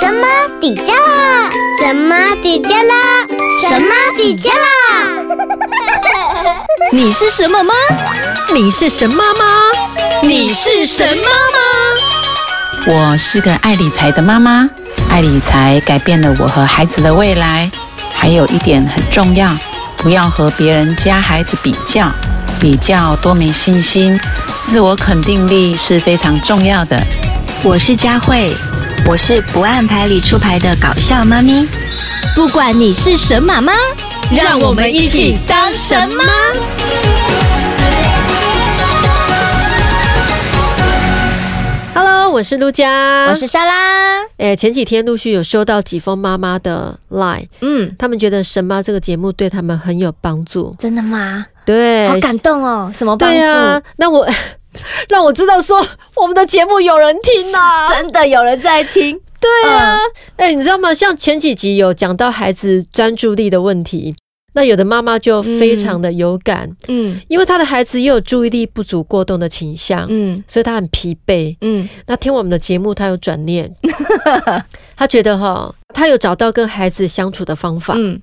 神马底加拉，神马底加拉，神马底加拉。你是什么吗？你是神妈吗？你是神妈吗？我是个爱理财的妈妈，爱理财改变了我和孩子的未来。还有一点很重要，不要和别人家孩子比较，比较多没信心，自我肯定力是非常重要的。我是佳慧，我是不按牌理出牌的搞笑妈咪。不管你是神马妈，让我们一起当神妈。 Hello，我是陆佳。 我是莎拉，诶，前几天陆续有收到几封妈妈的 line，嗯，他们觉得《神妈》这个节目对他们很有帮助。真的吗？对，好感动哦，什么帮对助？啊，那我 让我知道说我们的节目有人听呐、真的有人在听，嗯对啊，哎、你知道吗？像前几集有讲到孩子专注力的问题，那有的妈妈就非常的有感，嗯因为她的孩子也有注意力不足过动的倾向，嗯所以她很疲惫。嗯那听我们的节目，他有 转念，他觉得哈，他有找到跟孩子相处的方法，嗯。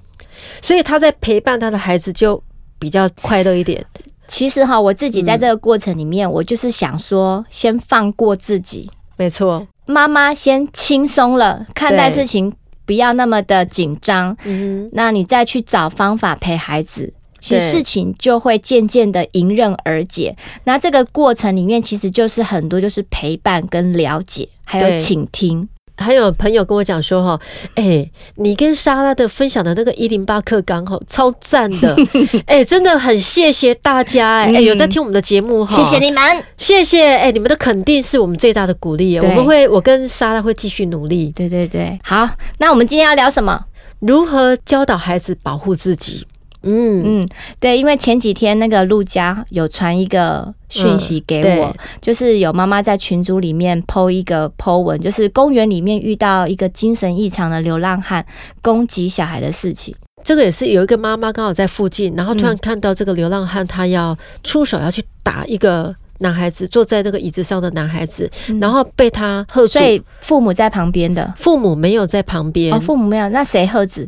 所以他在陪伴他的孩子就比较快乐一点。其实哈，我自己在这个过程里面，我就是想说，先放过自己，没错，妈妈先轻松了看待对事情，不要那么的紧张。嗯，那你再去找方法陪孩子，其对实事情就会渐渐的迎刃而解。那这个过程里面，其实就是很多就是陪伴跟了解，还有对倾听。还有朋友跟我讲说哈，哎、你跟莎拉的分享的那个一零八课纲哈，超赞的， 哎、真的很谢谢大家、哎、嗯哎有在听我们的节目哈，谢谢，你们，谢谢，哎、你们的肯定是我们最大的鼓励，我对们会，我跟莎拉会继续努力，对对对，好，那我们今天要聊什么？如何教导孩子保护自己，嗯嗯，对，因为前几天那个陆家有传一个讯息给嗯我，对就是有妈妈在群组里面 PO 一个 PO 文，就是公园里面遇到一个精神异常的流浪汉攻击小孩的事情。这个也是有一个妈妈刚好在附近，然后突然嗯看到这个流浪汉，他要出手要去打一个男孩子，坐在那个椅子上的男孩子，然后被他喝嗯住所。以父母在旁边的。父母没有在旁边，哦，哎、父母没有，那谁喝止？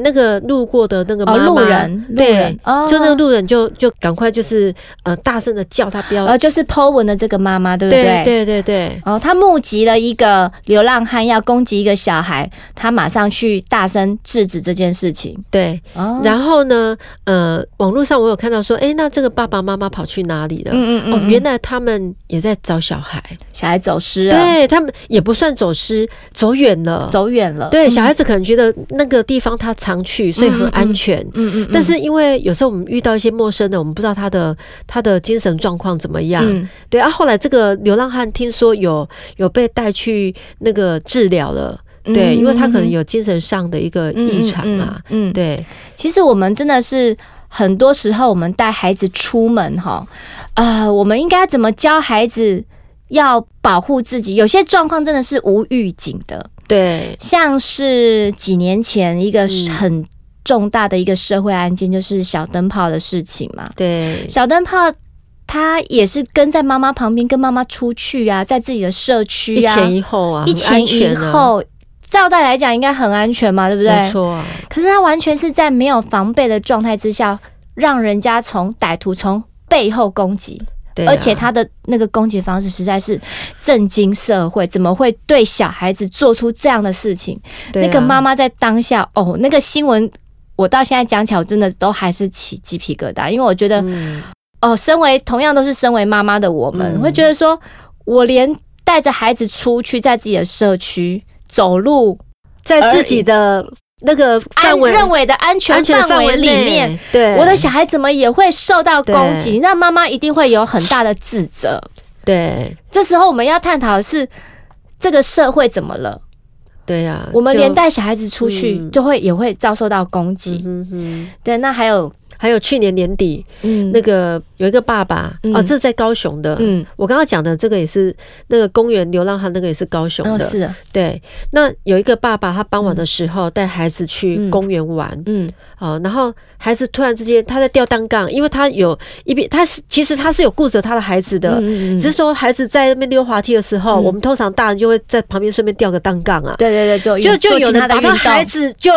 那个路过的那个妈哦，妈、路人，路对人，哦，就那个路人就就赶快就是呃大声的叫他不要，呃，就是 Po 文的这个妈妈，对不对？对对对对，哦，她目击了一个流浪汉要攻击一个小孩，她马上去大声制止这件事情。对哦，然后呢，呃，网络上我有看到说，哎、那这个爸爸妈妈跑去哪里了？嗯嗯嗯，哦，原来他们也在找小孩，小孩走失了，对他们也不算走失，走远了，啊走远了。对，嗯小孩子可能觉得那个地方他常去，所以很安全。嗯嗯，嗯但是因为有时候我们遇到一些陌生的，我们不知道他的他的精神状况怎么样。嗯，对啊，后来这个流浪汉听说有有被带去那个治疗了，嗯对，因为他可能有精神上的一个嗯嗯异常啊嘛。嗯，嗯，对，其实我们真的是很多时候，我们带孩子出门哈，呃，我们应该怎么教孩子要保护自己？有些状况真的是无预警的，对，像是几年前一个嗯很重大的一个社会案件，就是小灯泡的事情嘛。对，小灯泡他也是跟在妈妈旁边，跟妈妈出去啊，在自己的社一区啊，前一后啊，一很安前一全啊，后。照道理来讲，应该很安全嘛，对不对？没错啊，可是他完全是在没有防备的状态之下，让人家从歹徒从背后攻击，对啊，而且他的那个攻击方式实在是震惊社会，怎么会对小孩子做出这样的事情？对啊那个妈妈在当下，哦，那个新闻。我到现在讲起来，我真的都还是起鸡皮疙瘩，因为我觉得，嗯哦，身为同样都是身为妈妈的我们，嗯会觉得说，我连带着孩子出去，在自己的社区走路，在而自己的那个安范围认为的安全安全的范围里内面，，对，我的小孩怎么也会受到攻击？对那妈妈一定会有很大的自责。对。这时候我们要探讨的是这个社会怎么了？对呀、我们就连带小孩子出去嗯就会也会遭受到攻击。嗯哼哼对，那还有还有去年年底嗯那个有一个爸爸嗯哦，这是在高雄的。嗯我刚刚讲的这个也是那个公园流浪汉，那个也是高雄哦的。是啊，对，那有一个爸爸，他傍晚的时候带孩子去嗯公园玩，嗯哦，然后孩子突然之间他在吊单杠，因为他有一边他是其实他是有顾着他的孩子的，嗯嗯嗯只是说孩子在那边溜滑梯的时候，嗯我们通常大人就会在旁边顺便吊个单杠啊，对对对，就就就做有其人他的把运他动，孩子就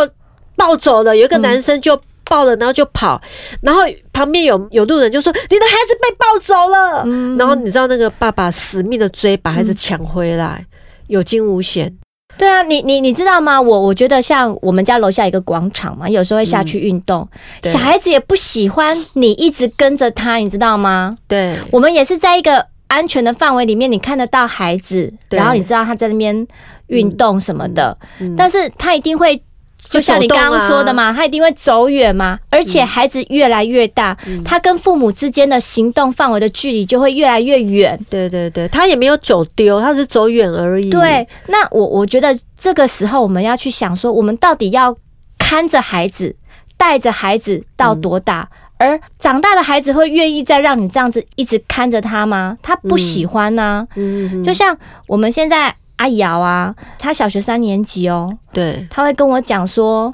抱走了，有一个男生就抱了，然后就跑，然后旁边有有路人就说你的孩子被抱走了，嗯然后你知道那个爸爸死命的追，把孩子抢回来，有惊无险，对啊，你你你知道吗？我我觉得像我们家楼下一个广场嘛，有时候会下去运动，嗯对小孩子也不喜欢你一直跟着他，你知道吗？对我们也是在一个安全的范围里面，你看得到孩子，对然后你知道他在那边运动什么的，嗯但是他一定会。就像你走动啊嗯刚刚说的嘛，他一定会走远嘛，而且孩子越来越大，他跟父母之间的行动范围的距离就会越来越远。对对对，他也没有走丢，他只是走远而已，对，那我我觉得这个时候我们要去想说，我们到底要看着孩子，带着孩子到多大？嗯而长大的孩子会愿意再让你这样子一直看着他吗？他不喜欢啊呢、嗯，嗯嗯就像我们现在阿瑶啊，她小学三年级哦，对，她会跟我讲说：“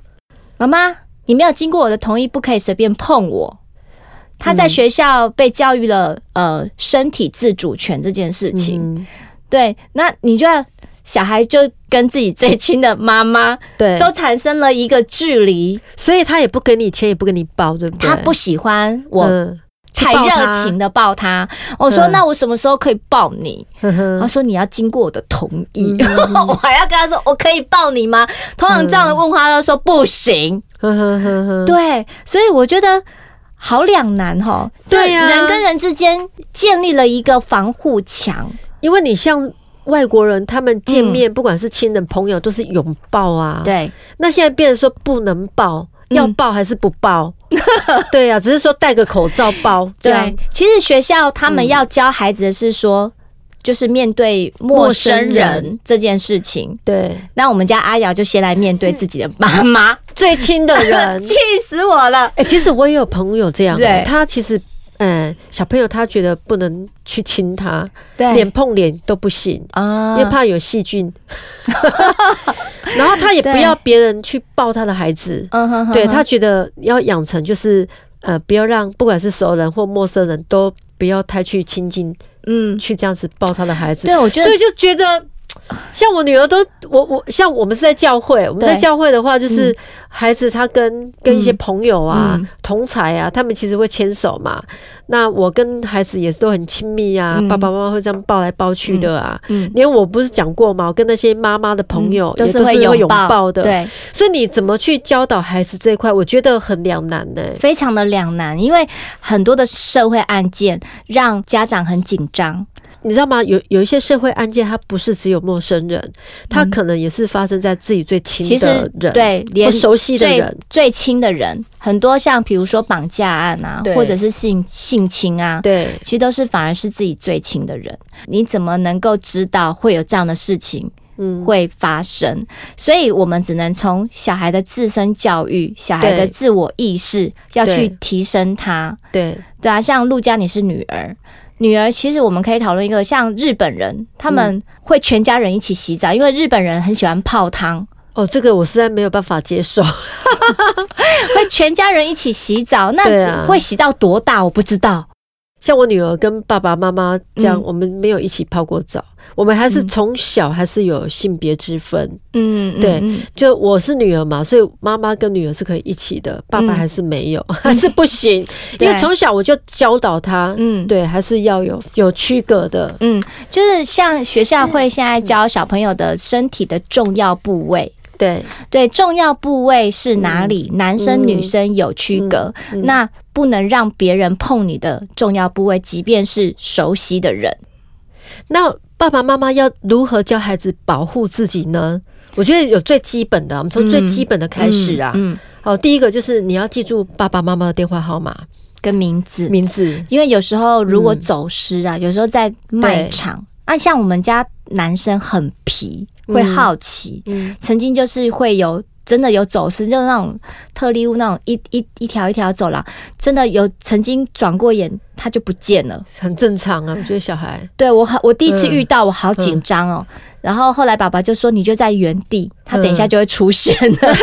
妈妈，你没有经过我的同意，不可以随便碰我。”嗯她在学校被教育了呃身体自主权这件事情，嗯对，那你就要小孩就跟自己最亲的妈妈对，都产生了一个距离，所以他也不跟你牵，也不跟你抱，对不对？他不喜欢我嗯，太热情的抱他。我说嗯那我什么时候可以抱你？呵呵他说你要经过我的同意， 我还要跟他说我可以抱你吗？通常这样的问话他都说不行。呵呵呵呵，对，所以我觉得。好两难哈，就是对啊人跟人之间建立了一个防护墙，因为你像。外国人他们见面，不管是亲人朋友，都是拥抱啊。，嗯对，那现在变成说不能抱，嗯要抱还是不 抱？对啊呀、只是说戴个口罩抱。这样对，其实学校他们要教孩子的是说，就是面对陌生陌生人这件事情。对，那我们家阿瑶就先来面对自己的妈妈，最亲的 人气死我了。哎、其实我也有朋友这样、对欸，他其实，嗯、小朋友他觉得不能去亲他，对脸碰脸都不行，因啊为怕有细菌。 然后他也不要别人去抱他的孩子，嗯哼哼对他觉得要养成就是，呃，不要让不管是熟人或陌生人都不要太去亲近，嗯，去这样子抱他的孩子。对我觉得所以就觉得。像我女儿都，我我像我们是在教会，我们在对教会的话，就是孩子他跟跟一些朋友啊、嗯同才啊，他们其实会牵手嘛。那我跟孩子也是都很亲密啊，嗯爸爸妈妈会这样抱来抱去的啊。嗯，因为我不是讲过嘛，我跟那些妈妈的朋友嗯也都是会拥抱的，对，所以你怎么去教导孩子这一块，我觉得很两难呢、非常的两难，因为很多的社会案件让家长很紧张。你知道吗？有有一些社会案件，它不是只有陌生人，它可能也是发生在自己最嗯其亲实的人，对，连不熟悉的最人，最亲的人，很多像比如说绑架案啊，对或者是性性侵啊，对其实都是反而是自己最亲的人，你怎么能够知道会有这样的事情嗯，会发生？所以我们只能从小孩的自身教育、小孩的对自我意识要去对提升他。对，对啊，像陆家你是女儿，女儿其实我们可以讨论一个，像日本人他嗯们会全家人一起洗澡，因为日本人很喜欢泡汤，哦，这个我实在没有办法接受。 会全家人一起洗澡，对那啊会洗到多大我不知道。像我女儿跟爸爸妈妈这样，嗯我们没有一起泡过澡，我们还是从小还是有性别之分。嗯，对嗯嗯就我是女儿嘛，所以妈妈跟女儿是可以一起的，爸爸还是没有， 还是不行。因为嗯对从小我就教导他，嗯对，还是要有有区隔的。嗯，就是像学校会现在教小朋友的身体的重要部位，对，对，重要部位是嗯哪里？男生女生有区隔，那不能让别人碰你的重要部位，即便是熟悉的人。那爸爸妈妈要如何教孩子保护自己呢？我觉得有最基本的，我们从最基本的开始啊。嗯嗯，嗯好，第一个就是你要记住爸爸妈妈的电话号码、跟名字，名字。因为有时候如果走失啊，有时候在卖嗯对场，那、像我们家男生很皮，会好奇，嗯，曾经就是会有。真的有走失，就是那种特例屋那种一一一条一条走廊，真的有曾经转过眼，他就不见了。很正常啊。我觉得小孩对我好，我第一次嗯遇到，我好紧张哦。然后后来爸爸就说：“你就在原地，他等一嗯下就会出现 了。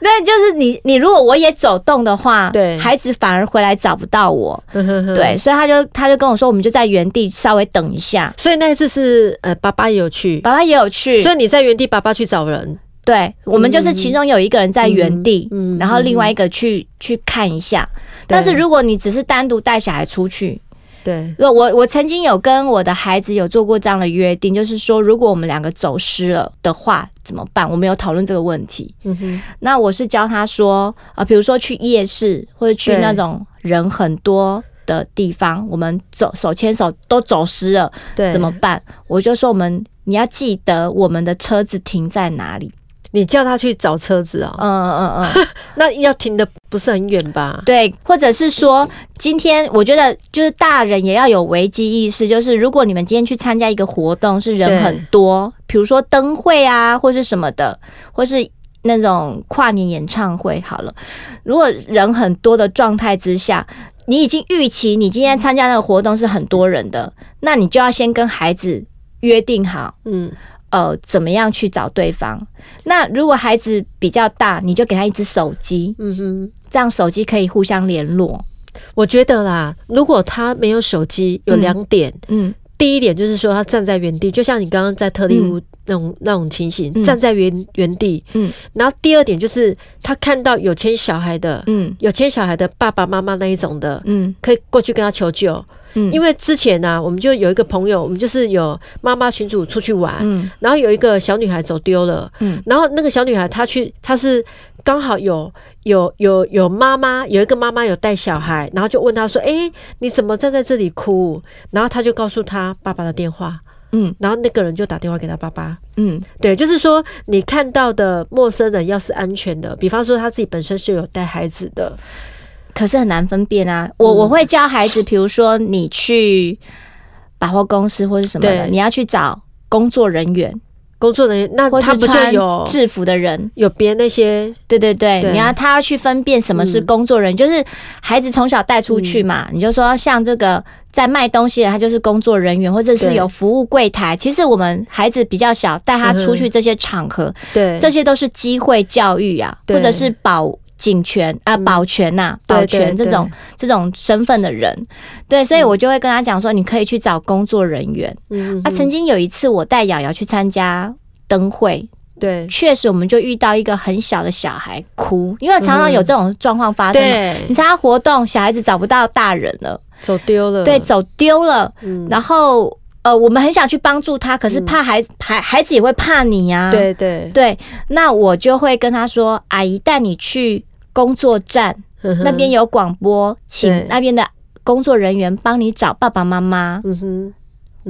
那就是你，你如果我也走动的话，对孩子反而回来找不到我。对，对，所以他就他就跟我说，我们就在原地稍微等一下。 所以那一次是呃，爸爸也有去，爸爸也有去，所以你在原地，爸爸去找人，对我们就是其中有一个人在原地，嗯嗯然后另外一个去去看一下。但是如果你只是单独带小孩出去，对，我我我曾经有跟我的孩子有做过这样的约定，就是说如果我们两个走失了的话怎么办？我们有讨论这个问题。嗯哼，那我是教他说，呃，比如说去夜市或者去对那种人很多的地方，我们走手牵手都走失了对，怎么？办？我就说我们你要记得我们的车子停在哪里。你叫他去找车子啊、哦？嗯嗯嗯。 那要停的不是很远吧？对，或者是说，今天我觉得就是大人也要有危机意识，就是如果你们今天去参加一个活动，是人很多，比如说灯会啊，或是什么的，或是那种跨年演唱会，好了，如果人很多的状态之下。你已经预期你今天参加那个活动是很多人的，那你就要先跟孩子约定好，嗯，呃，怎么样去找对方。那如果孩子比较大，你就给他一只手机，嗯哼，这样手机可以互相联络。我觉得啦，如果他没有手机，有嗯两点，嗯第一点就是说他站在原地，就像你刚刚在特例屋那种、那种情形，嗯站在原原地。嗯然后第二点就是他看到有牵小孩的，嗯有牵小孩的爸爸妈妈那一种的，嗯可以过去跟他求救。嗯因为为之前呢、我们就有一个朋友，我们就是有妈妈群主出去玩，嗯然后有一个小女孩走丢了，嗯然后那个小女孩她去，她是刚好有有有有妈妈，有一个妈妈有带小孩，然后就问她说：“诶，你怎么站在这里哭？”然后她就告诉她爸爸的电话，嗯然后那个人就打电话给她爸爸。嗯对，就是说你看到的陌生人要是安全的，比方说他自己本身是有带孩子的，可是很难分辨啊。嗯我我会教孩子，比如说你去百货公司或是什么的，对你要去找工作人员工作人员，那或他是不就穿有制服的人。有别那些对对对，对嗯你要他要去分辨什么是工作人员，就是孩子从小带出去嘛，你就说像这个在卖东西的，他就是工作人员，或者是对有服务柜台。其实我们孩子比较小，带他出嗯去哼这些场合，对这些都是机会教育啊，对嗯或者是保警权啊、保全呐、对保全对这种这种身份的人，对，所以我就会跟他讲说，你可以去找工作人员。嗯啊，曾经有一次我带瑶瑶去参加。灯会对确实，我们就遇到一个很小的小孩哭，因为常常有这种状况发生嘛。嗯对你参加活动，小孩子找不到大人了，走丢了，对，走丢了，嗯然后呃，我们很想去帮助他，可是怕孩孩孩子也会怕你呀、对对，对，那我就会跟他说：“阿姨带你去工作站，那那边有，有广播，请嗯对那边的工作人员帮你找爸爸妈妈。嗯哼，嗯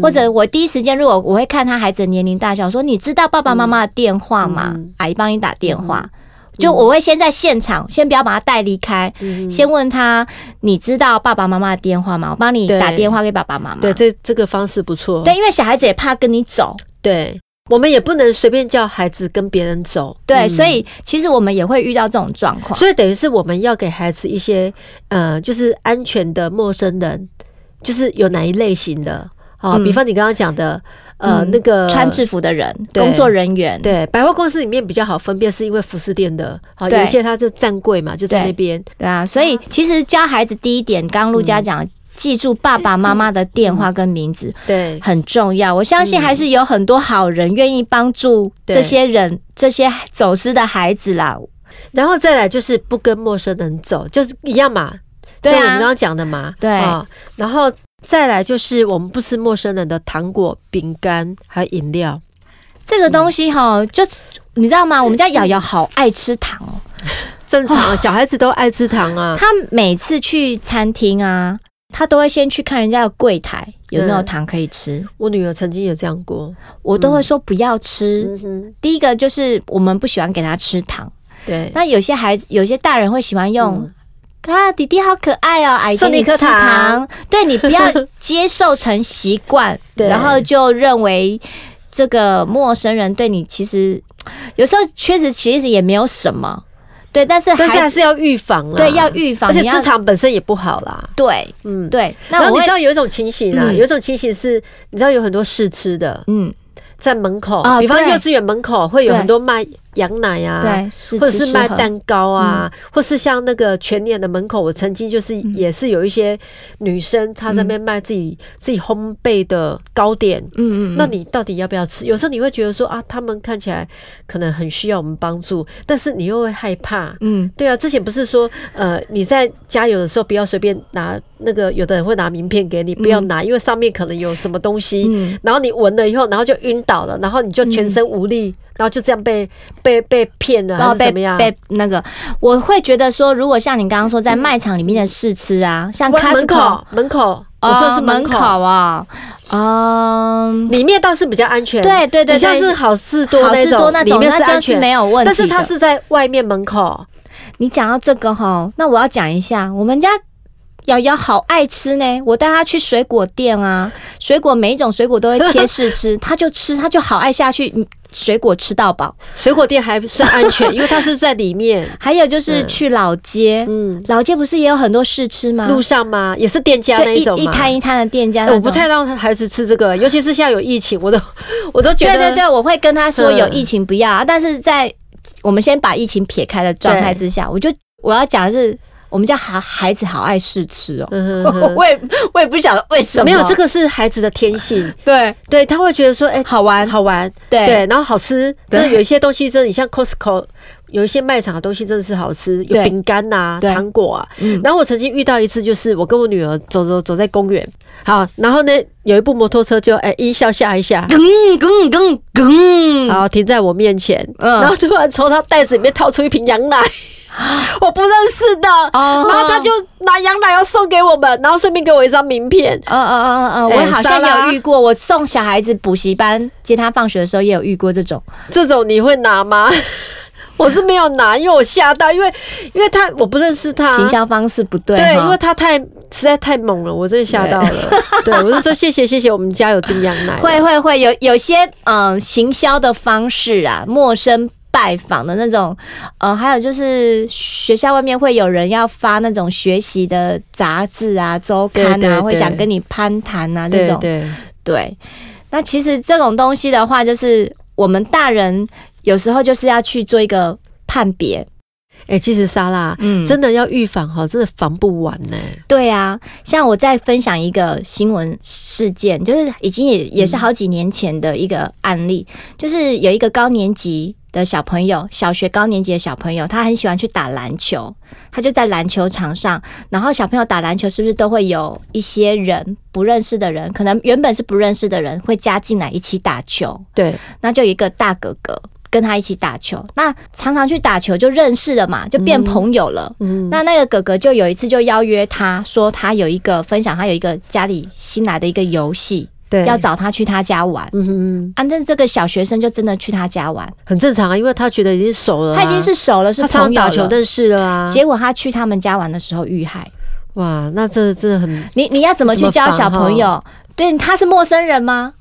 或者我第一时间，如果我会看他孩子的年龄大小，我说你知道爸爸妈妈的电话吗？嗯阿姨帮你打电话。就我会先在现场，先不要把他带离开，嗯先问他你知道爸爸妈妈的电话吗？我帮你对打电话给爸爸妈妈。对这嗯这个方式不错，对，因为小孩子也怕跟你走，对我们也不能随便叫孩子跟别人走，对，嗯所以其实我们也会遇到这种状况。所以等于是我们要给孩子一些呃，就是安全的陌生人，就是有哪一类型的哦，嗯比方你刚刚讲的呃、嗯那个穿制。服的人、对工作人员，对，百货公司里面比较好分辨，是因为服饰店的，好、对有一些它就站柜嘛，就在那边。对啊，所以其实教孩子第一点，刚刚陆嗯家讲，记住爸爸妈妈的电话跟名字。对很重要，我相信还是有很多好人愿意帮助对这些人、嗯这些走失的孩子啦。然后再来就是不跟陌生人走，就是一样嘛，对就我们刚啊，刚讲的嘛，对啊然后再来就是我们不吃陌生人的糖果、饼干还有饮料，这个东西哈，就是你知道嗯吗？我们家瑶瑶好爱吃糖哦，正常啊，小孩子都爱吃糖 啊，她每次去餐厅啊，她都会先去看人家的柜台有没有嗯糖可以吃，我女儿曾经也这样过，我都会说不要吃。嗯哼，第一个就是我们不喜欢给他吃糖，对，那有些孩子，有些大人会喜欢用。啊，弟弟好可爱哦！阿姨给嗯送你你一颗吃糖， 糖对你不要接受成习惯， 对然后就认为这个陌生人对你其实有时候确实其实也没有什么，对，但是但是还还是要预防啦，对要预防而且你要自糖本身也不好啦，对嗯。对。那然后我你会知道有一种情形啊，嗯有一种情形是，你知道有很多试吃的嗯在门口，哦比方对幼稚园门口会有对很多卖羊奶啊，对，是或者吃是适卖合蛋糕啊，嗯或是像那个全年的门口，我曾经就是也是有一些女生她在那边卖自己、自己烘焙的糕点。嗯嗯嗯嗯，那你到底要不要吃？有时候你会觉得说啊，他们看起来可能很需要我们帮助，但是你又会害怕。嗯对啊，之前不是说，呃，你在加油的时候不要随便拿那个，有的人会拿名片给你，不要拿，因为上面可能有什么东西，嗯然后你闻了以后，然后就晕倒了，然后你就全身无力，然后就这样被被被骗了，然还后是哦被怎么样？被那个，我会觉得说，如果像你刚刚说在卖场里面的试吃啊，像不是 Costco，门口门口，哦我说是门口，口啊，嗯，里面倒是比较安全，对对对对你像是好事多好那事多那里种，面是那安就是全没有问题的。但是它是在外面门口，你讲到这个哈，那我要讲一下，我们家瑶瑶好爱吃呢。我带她去水果店啊，水果每一种水果都会切试 吃，她就吃，她就好爱下去，嗯水果吃到饱。水果店还算安 全，因为它是在里面，还有就是去老街，嗯，老街不是也有很多试吃吗？路上嘛，也是店家嗯就啊那一种一嘛。摊一摊的店家哎那种。我不太让孩子吃这个，尤其是现在有疫情，我都我都觉得对对对，我会跟他说嗯有疫情不要啊，但是在我们先把疫情撇开的状态之下，我就我要讲的是，我们家孩孩子好爱试吃哦，嗯哼哼我也我也不晓得为什么，没有这个是孩子的天性，对对他会觉得说，哎、好玩好玩，对对，然后好吃，对真的有一些东西真的，你像 Costco 有一些卖场的东西真的是好吃，有对饼干呐、对糖果啊。嗯然后我曾经遇到一次，就是我跟我女儿走走走在公园，好，然后呢有一部摩托车就哎、一笑下一下，嗯嗯嗯嗯，然后停在我面前，嗯然后突然从他袋子里面掏出一瓶羊奶，我不认识的，啊哦然后他就拿羊奶要送给我们，然后顺便给我一张名片。呃呃呃呃，哎我好沙拉像有遇过，我送小孩子补习班接他放学的时候也有遇过这种，这种你会拿吗？ 我是没有拿，因为我吓到，因为因为他我不认识他，行销方式不对对，因哈为，他太实在太猛了，我真的吓到了。对，我就说谢谢谢谢，我们家有订羊奶，会啊会会有有些嗯、行销的方式啊，陌生拜访的那种，呃，还有就是学校外面会有人要发那种学习的杂志啊、周刊啊，对对对会想跟你攀谈啊这对种对，对，那其实这种东西的话，就是我们大人有时候就是要去做一个判别，哎，其实莎拉。嗯真的要预防哈，真的防不完呢、对啊，像我在分享一个新闻事件，就是已经也也是好几年前的一个案例，就是有一个高年级的小朋友，小学高年级的小朋友，他很喜欢去打篮球，他就在篮球场上，然后小朋友打篮球是不是都会有一些人不认识的人，可能原本是不认识的人会加进来一起打球，对，那就有一个大哥哥跟他一起打球，那常常去打球就认识了嘛，就变朋友了。嗯，那那个哥哥就有一次就邀约他说，他有一个分享，他有一个家里新来的一个游戏，对，要，找他去他家玩。嗯哼，啊，那这个小学生就真的去他家玩，很正常啊，因为他觉得已经熟了啊、他已经是熟了，是他常朋常友打球了。认识了啊，结果他去他们家玩的时候遇害，哇，那这真的很你你要怎么去教小朋怎友？对，他是陌生人吗？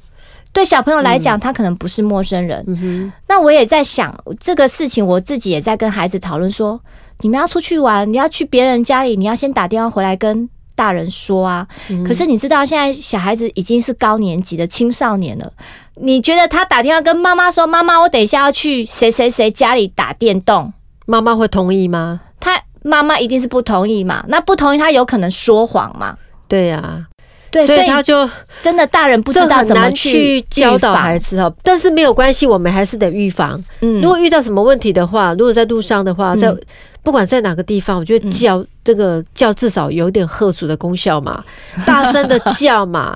对小朋友来讲，他可能不是陌生人。嗯那我也在想这个事情，我自己也在跟孩子讨论说，你们要出去玩，你要去别人家里，你要先打电话回来跟大人说啊。可是你知道，现在小孩子已经是高年级的青少年了，你觉得他打电话跟妈妈说：“妈妈，我等一下要去谁谁谁家里打电动哼，妈妈会同意吗？”他妈妈一定是不同意嘛？那不同意，他有可能说谎嘛？对呀、对，所所以以他就真的大人不知这道很怎么难去教导孩子。子哈，但是没有关系，我们还是得预防。嗯如果遇到什么问题的话，如果在路上的话，在嗯不管在哪个地方，我觉得 叫这个叫至少有点喝阻的功效嘛，大声的叫嘛，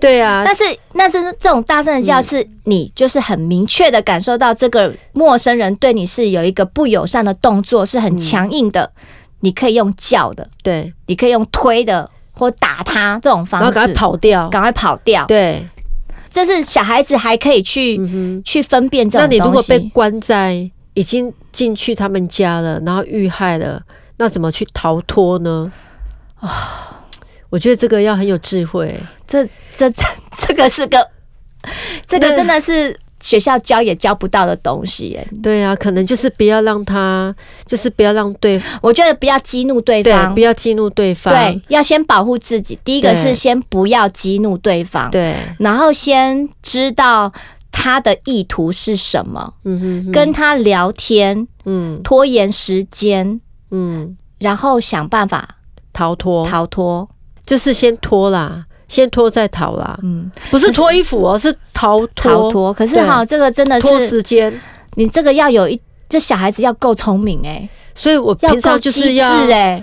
对啊， 但是，但是这种大声的叫嗯是你就是很明确的感受到这个陌生人对你是有一个不友善的动作，是很强硬的，你可以用叫的，对，你可以用推的或打他这种然方后赶式快。跑掉，赶快跑掉！对，这是小孩子还可以去、嗯去分辨这哼，那种你如东果被西。关在已经进去他们家了，然后遇害了，那怎么去逃脱呢？啊我觉得这个要很有智慧。 这这这这个是个，这个那真的是学校教也教不到的东西、哎对啊，可能就是不要让他，就是不要让对我觉得不要激怒对对，方，不要激怒对方，对，要先保护自己。第一个对是先不要激怒对方，对，然后先知道他的意图是什么，嗯哼哼，跟他聊天，嗯拖延时间，嗯然后想办法逃脱，逃脱。就是先脱啦，先脱再逃啦，嗯，不是脱衣服哦，是逃脱，逃脱。可是哈，这个真的拖是时间。你这个要有一。这小孩子要够聪明哎、所以我要平够常机就是智要，哎、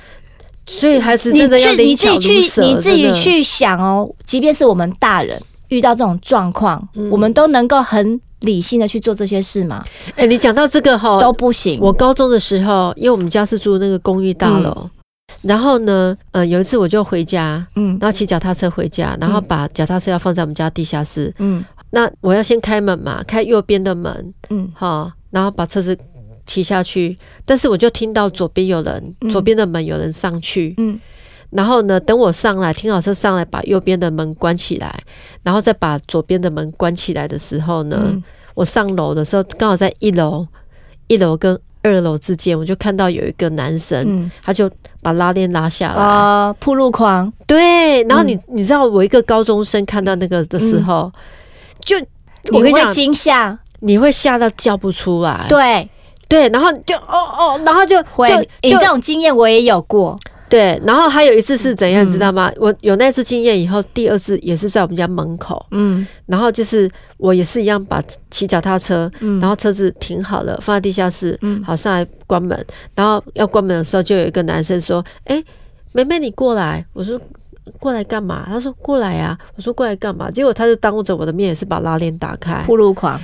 所以孩子你真的要去你灵自己巧如去蛇，你自己真的，去想哦，即便是我们大人遇到这种状况，嗯我们都能够很理性的去做这些事吗？哎、你讲到这个哈，都不行。我高中的时候，因为我们家是住那个公寓大楼，然后呢，呃，有一次我就回家，嗯然后骑脚踏车回家，然后把脚踏车要放在我们家地下室，嗯那我要先开门嘛，开右边的门，嗯哈，然后把车子骑下去，但是我就听到左边有人，嗯左边的门有人上去，嗯然后呢，等我上来，停好车上来，把右边的门关起来，然后再把左边的门关起来的时候呢，嗯我上楼的时候刚好在一楼，一楼跟二楼之间，我就看到有一个男生，嗯，他就把拉链拉下来，啊，嗯铺路狂，对，然后你、你知道我一个高中生看到那个的时候，就嗯你我跟你会讲，哎惊吓，你会吓到叫不出来，对，对，然后你就哦哦，然后就会就。你就这种经验我也有过，对，然后还有一次是怎样，嗯你知道吗？我有那次经验以后，第二次也是在我们家门口，嗯然后就是我也是一样把骑脚踏车，嗯，然后车子停好了，放在地下室，嗯好上来关门，然后要关门的时候，就有一个男生说：“哎，妹妹你过来。”我说。过来干嘛？他说过来呀、啊。我说过来干嘛？结果他就当着我的面也是把拉链打开。铺路狂，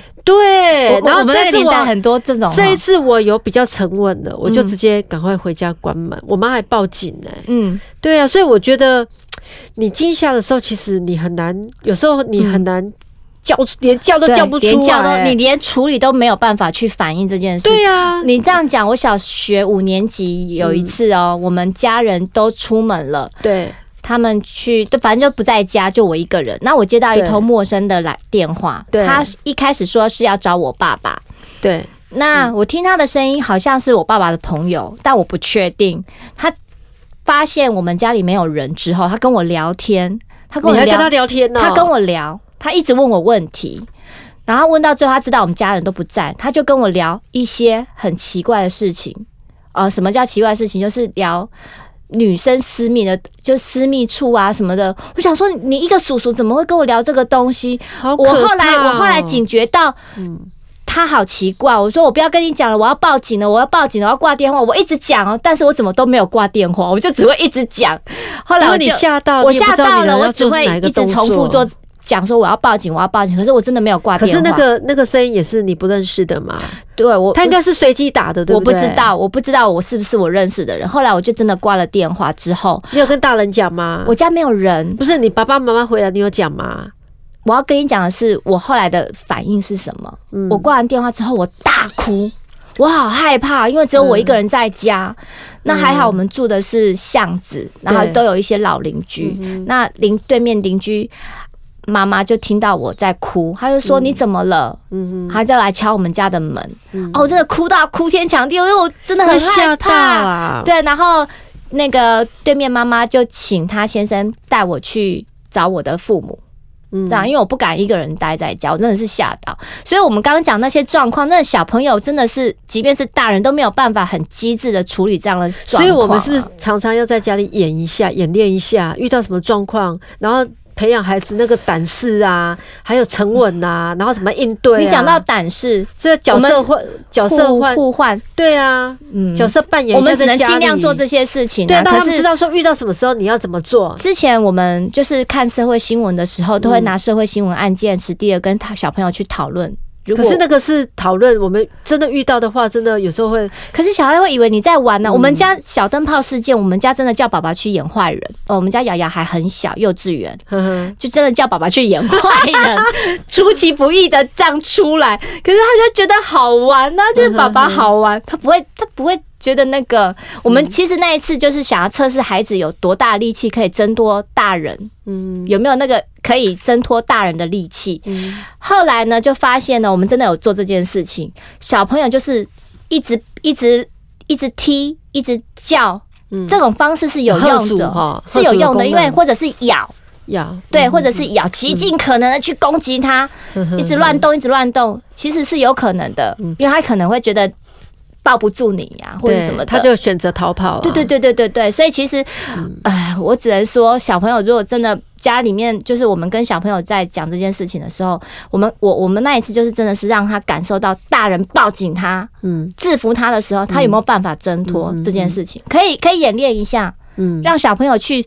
我，对然我后们那这个次年代我很多这种哦，这一次我有比较沉稳了，我就嗯直接赶快回家关门。我妈还报警呢、嗯对啊，所以我觉得你惊吓的时候，其实你很难，有时候你很难叫，连叫嗯都对叫不出来。欸连叫都你连处理都没有办法去反映这件事对啊，你这样讲，我小学五年级有嗯一次哦，我们家人都出门了，对他们去，就反正就不在家，就我一个人。那我接到一对通陌生的来电话，对他一开始说是要找我爸爸，对，那我听他的声音好像是我爸爸的朋友，但我不确定。他发现我们家里没有人之后，他跟我聊天，他跟你我还跟聊，他聊天哦呢、他跟我聊，他一直问我问题，然后问到最后，他知道我们家人都不在，他就跟我聊一些很奇怪的事情。呃，什么叫奇怪的事情？就是聊女生私密的，就私密处啊什么的。我想说，你一个叔叔怎么会跟我聊这个东西？好可我怕哦、后来我后来警觉到，嗯他好奇怪。我说我不要跟你讲了，我要报警了，我要报警了，我要挂电话。我一直讲哦，但是我怎么都没有挂电话，我就只会一直讲。后来因我为就你吓到，我你也不吓知道到你了，要我只做会哪个一直重动复作做。讲说我要报警，我要报警，可是我真的没有挂可电话。是那个那个声音也是你不认识的嘛？对我，他应该是随机打的，对我不不对？知。道，我不知道我是不是我认识的人。后来我就真的挂了电话之后，你有跟大人讲吗？我家没有人。不是你爸爸妈妈回来，你有讲吗？我要跟你讲的是，我后来的反应是什么？嗯我挂完电话之后，我大哭，我好害怕，因为只有我一个人在家。嗯那还好，我们住的是巷子，然后对都有一些老邻居。那邻对面邻居妈妈就听到我在哭，她就说：“你怎么了？”嗯她就来敲我们家的门。嗯哦，我真的哭到哭天抢地，因为我真的哼，会很吓害到怕。啊！对，然后那个对面妈妈就请她先生带我去找我的父母。嗯这样，因为我不敢一个人待在家，我真的是吓到。所以，我们刚刚讲那些状况，那小朋友真的是，即便是大人都没有办法很机智的处理这样的状况啊。所以我们是不是常常要在家里演一下、演练一下，遇到什么状况，然后培养孩子那个胆识啊，还有沉稳啊，然后怎么应对、啊？你讲到胆识、这角色换角色互换，互换，对啊，嗯，角色扮演我一下们只在能家里，尽量做这些事情、对啊，啊。让可他们知是道说遇到什么时候你要怎么做。之前我们就是看社会新闻的时候，都会拿社会新闻案件实地的跟他小朋友去讨论。如可果是那个是讨论，我们真的遇到的话，真的有时候会可是小孩会以为你在玩嗯呢、我们家小灯泡事件，我们家真的叫爸爸去演坏人。呃，我们家瑶瑶还很小，幼稚园。呵呵就真的叫爸爸去演坏人，出其不意 嗯的这样出来。可是他就觉得好玩呢、就是爸爸好玩，他不会，他不会觉得那个，我们其实那一次就是想要测试孩子有多大力气可以挣脱大人，嗯有没有那个可以挣脱大人的力气。嗯后来呢，就发现呢，我们真的有做这件事情，小朋友就是一直一直一直踢，一直叫，嗯这种方式是有贺用主的，哈是有用贺主的功的，能因为或者是咬，要对，或者是咬，极尽嗯可能的去攻击他，一直乱动，一直乱动，其实是有可能的，嗯因为他可能会觉得抱不住你呀、或者对什么的，他就嗯选择逃跑、啊。对对对对对对，所以其实，哎、我只能说，小朋友如果真的家里面，就是我们跟小朋友在讲这件事情的时候，我们我我们那一次就是真的是让他感受到大人抱紧他、嗯制服他的时候，他有没有办法挣脱这件事情？可以可以演练一下，嗯，让小朋友去。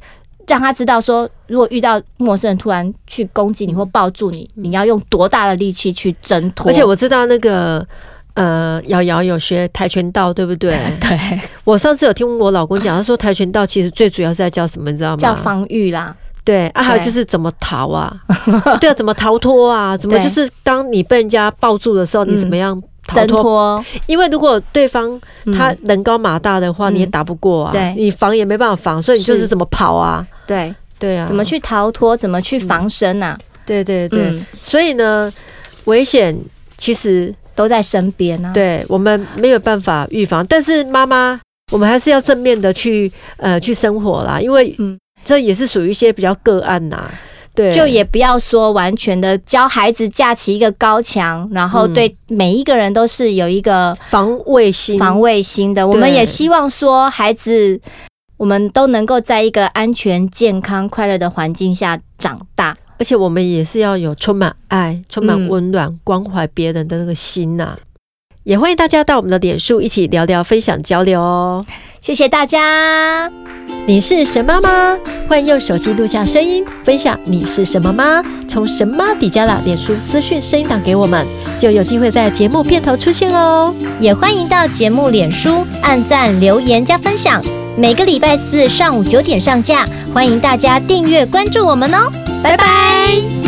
让他知道说，如果遇到陌生人突然去攻击你或抱住你，你要用多大的力气去挣脱？嗯而且我知道那个呃，瑶瑶有学跆拳道，对不 对？对我上次有听我老 公讲，他说跆拳道其实最主要是在教什么，你知道吗？叫防御啦，对啊，还有对就是怎么 逃啊？对啊，怎么逃脱啊？怎么对就是当你被人家抱住的时候，你怎嗯么样逃挣脱？脱。因为如果对方嗯他人高马大的话，嗯你也打不过啊，对你防也没办法防，所以你就是是怎么跑啊？对，对啊，怎么？去逃脱，怎么去防身啊？对对嗯对，嗯所以呢，危险其实都在身边啊。，对我们没有办法预防，但是妈妈，我们还是要正面的去呃去生活啦，因为嗯这也是属于一些比较个案呐、对，就也不要说完全的教孩子架起一个高墙，然后嗯对每一个人都是有一个防卫心，防卫心的。我们也希望说孩子。我们都能够在一个安全、健康、快乐的环境下长大。而且我们也是要有充满爱、充满嗯温暖、关怀别人的那个心呐、也欢迎大家到我们的脸书一起聊聊、分享、交流哦。谢谢大家。你是神妈吗？欢迎用手机录下声音，分享你是什么吗？从神妈底加拉脸书资讯声音档给我们，就有机会在节目片头出现哦。也欢迎到节目脸书按赞、留言加分享。每个礼拜四上午九点上架，欢迎大家订阅关注我们哦，拜拜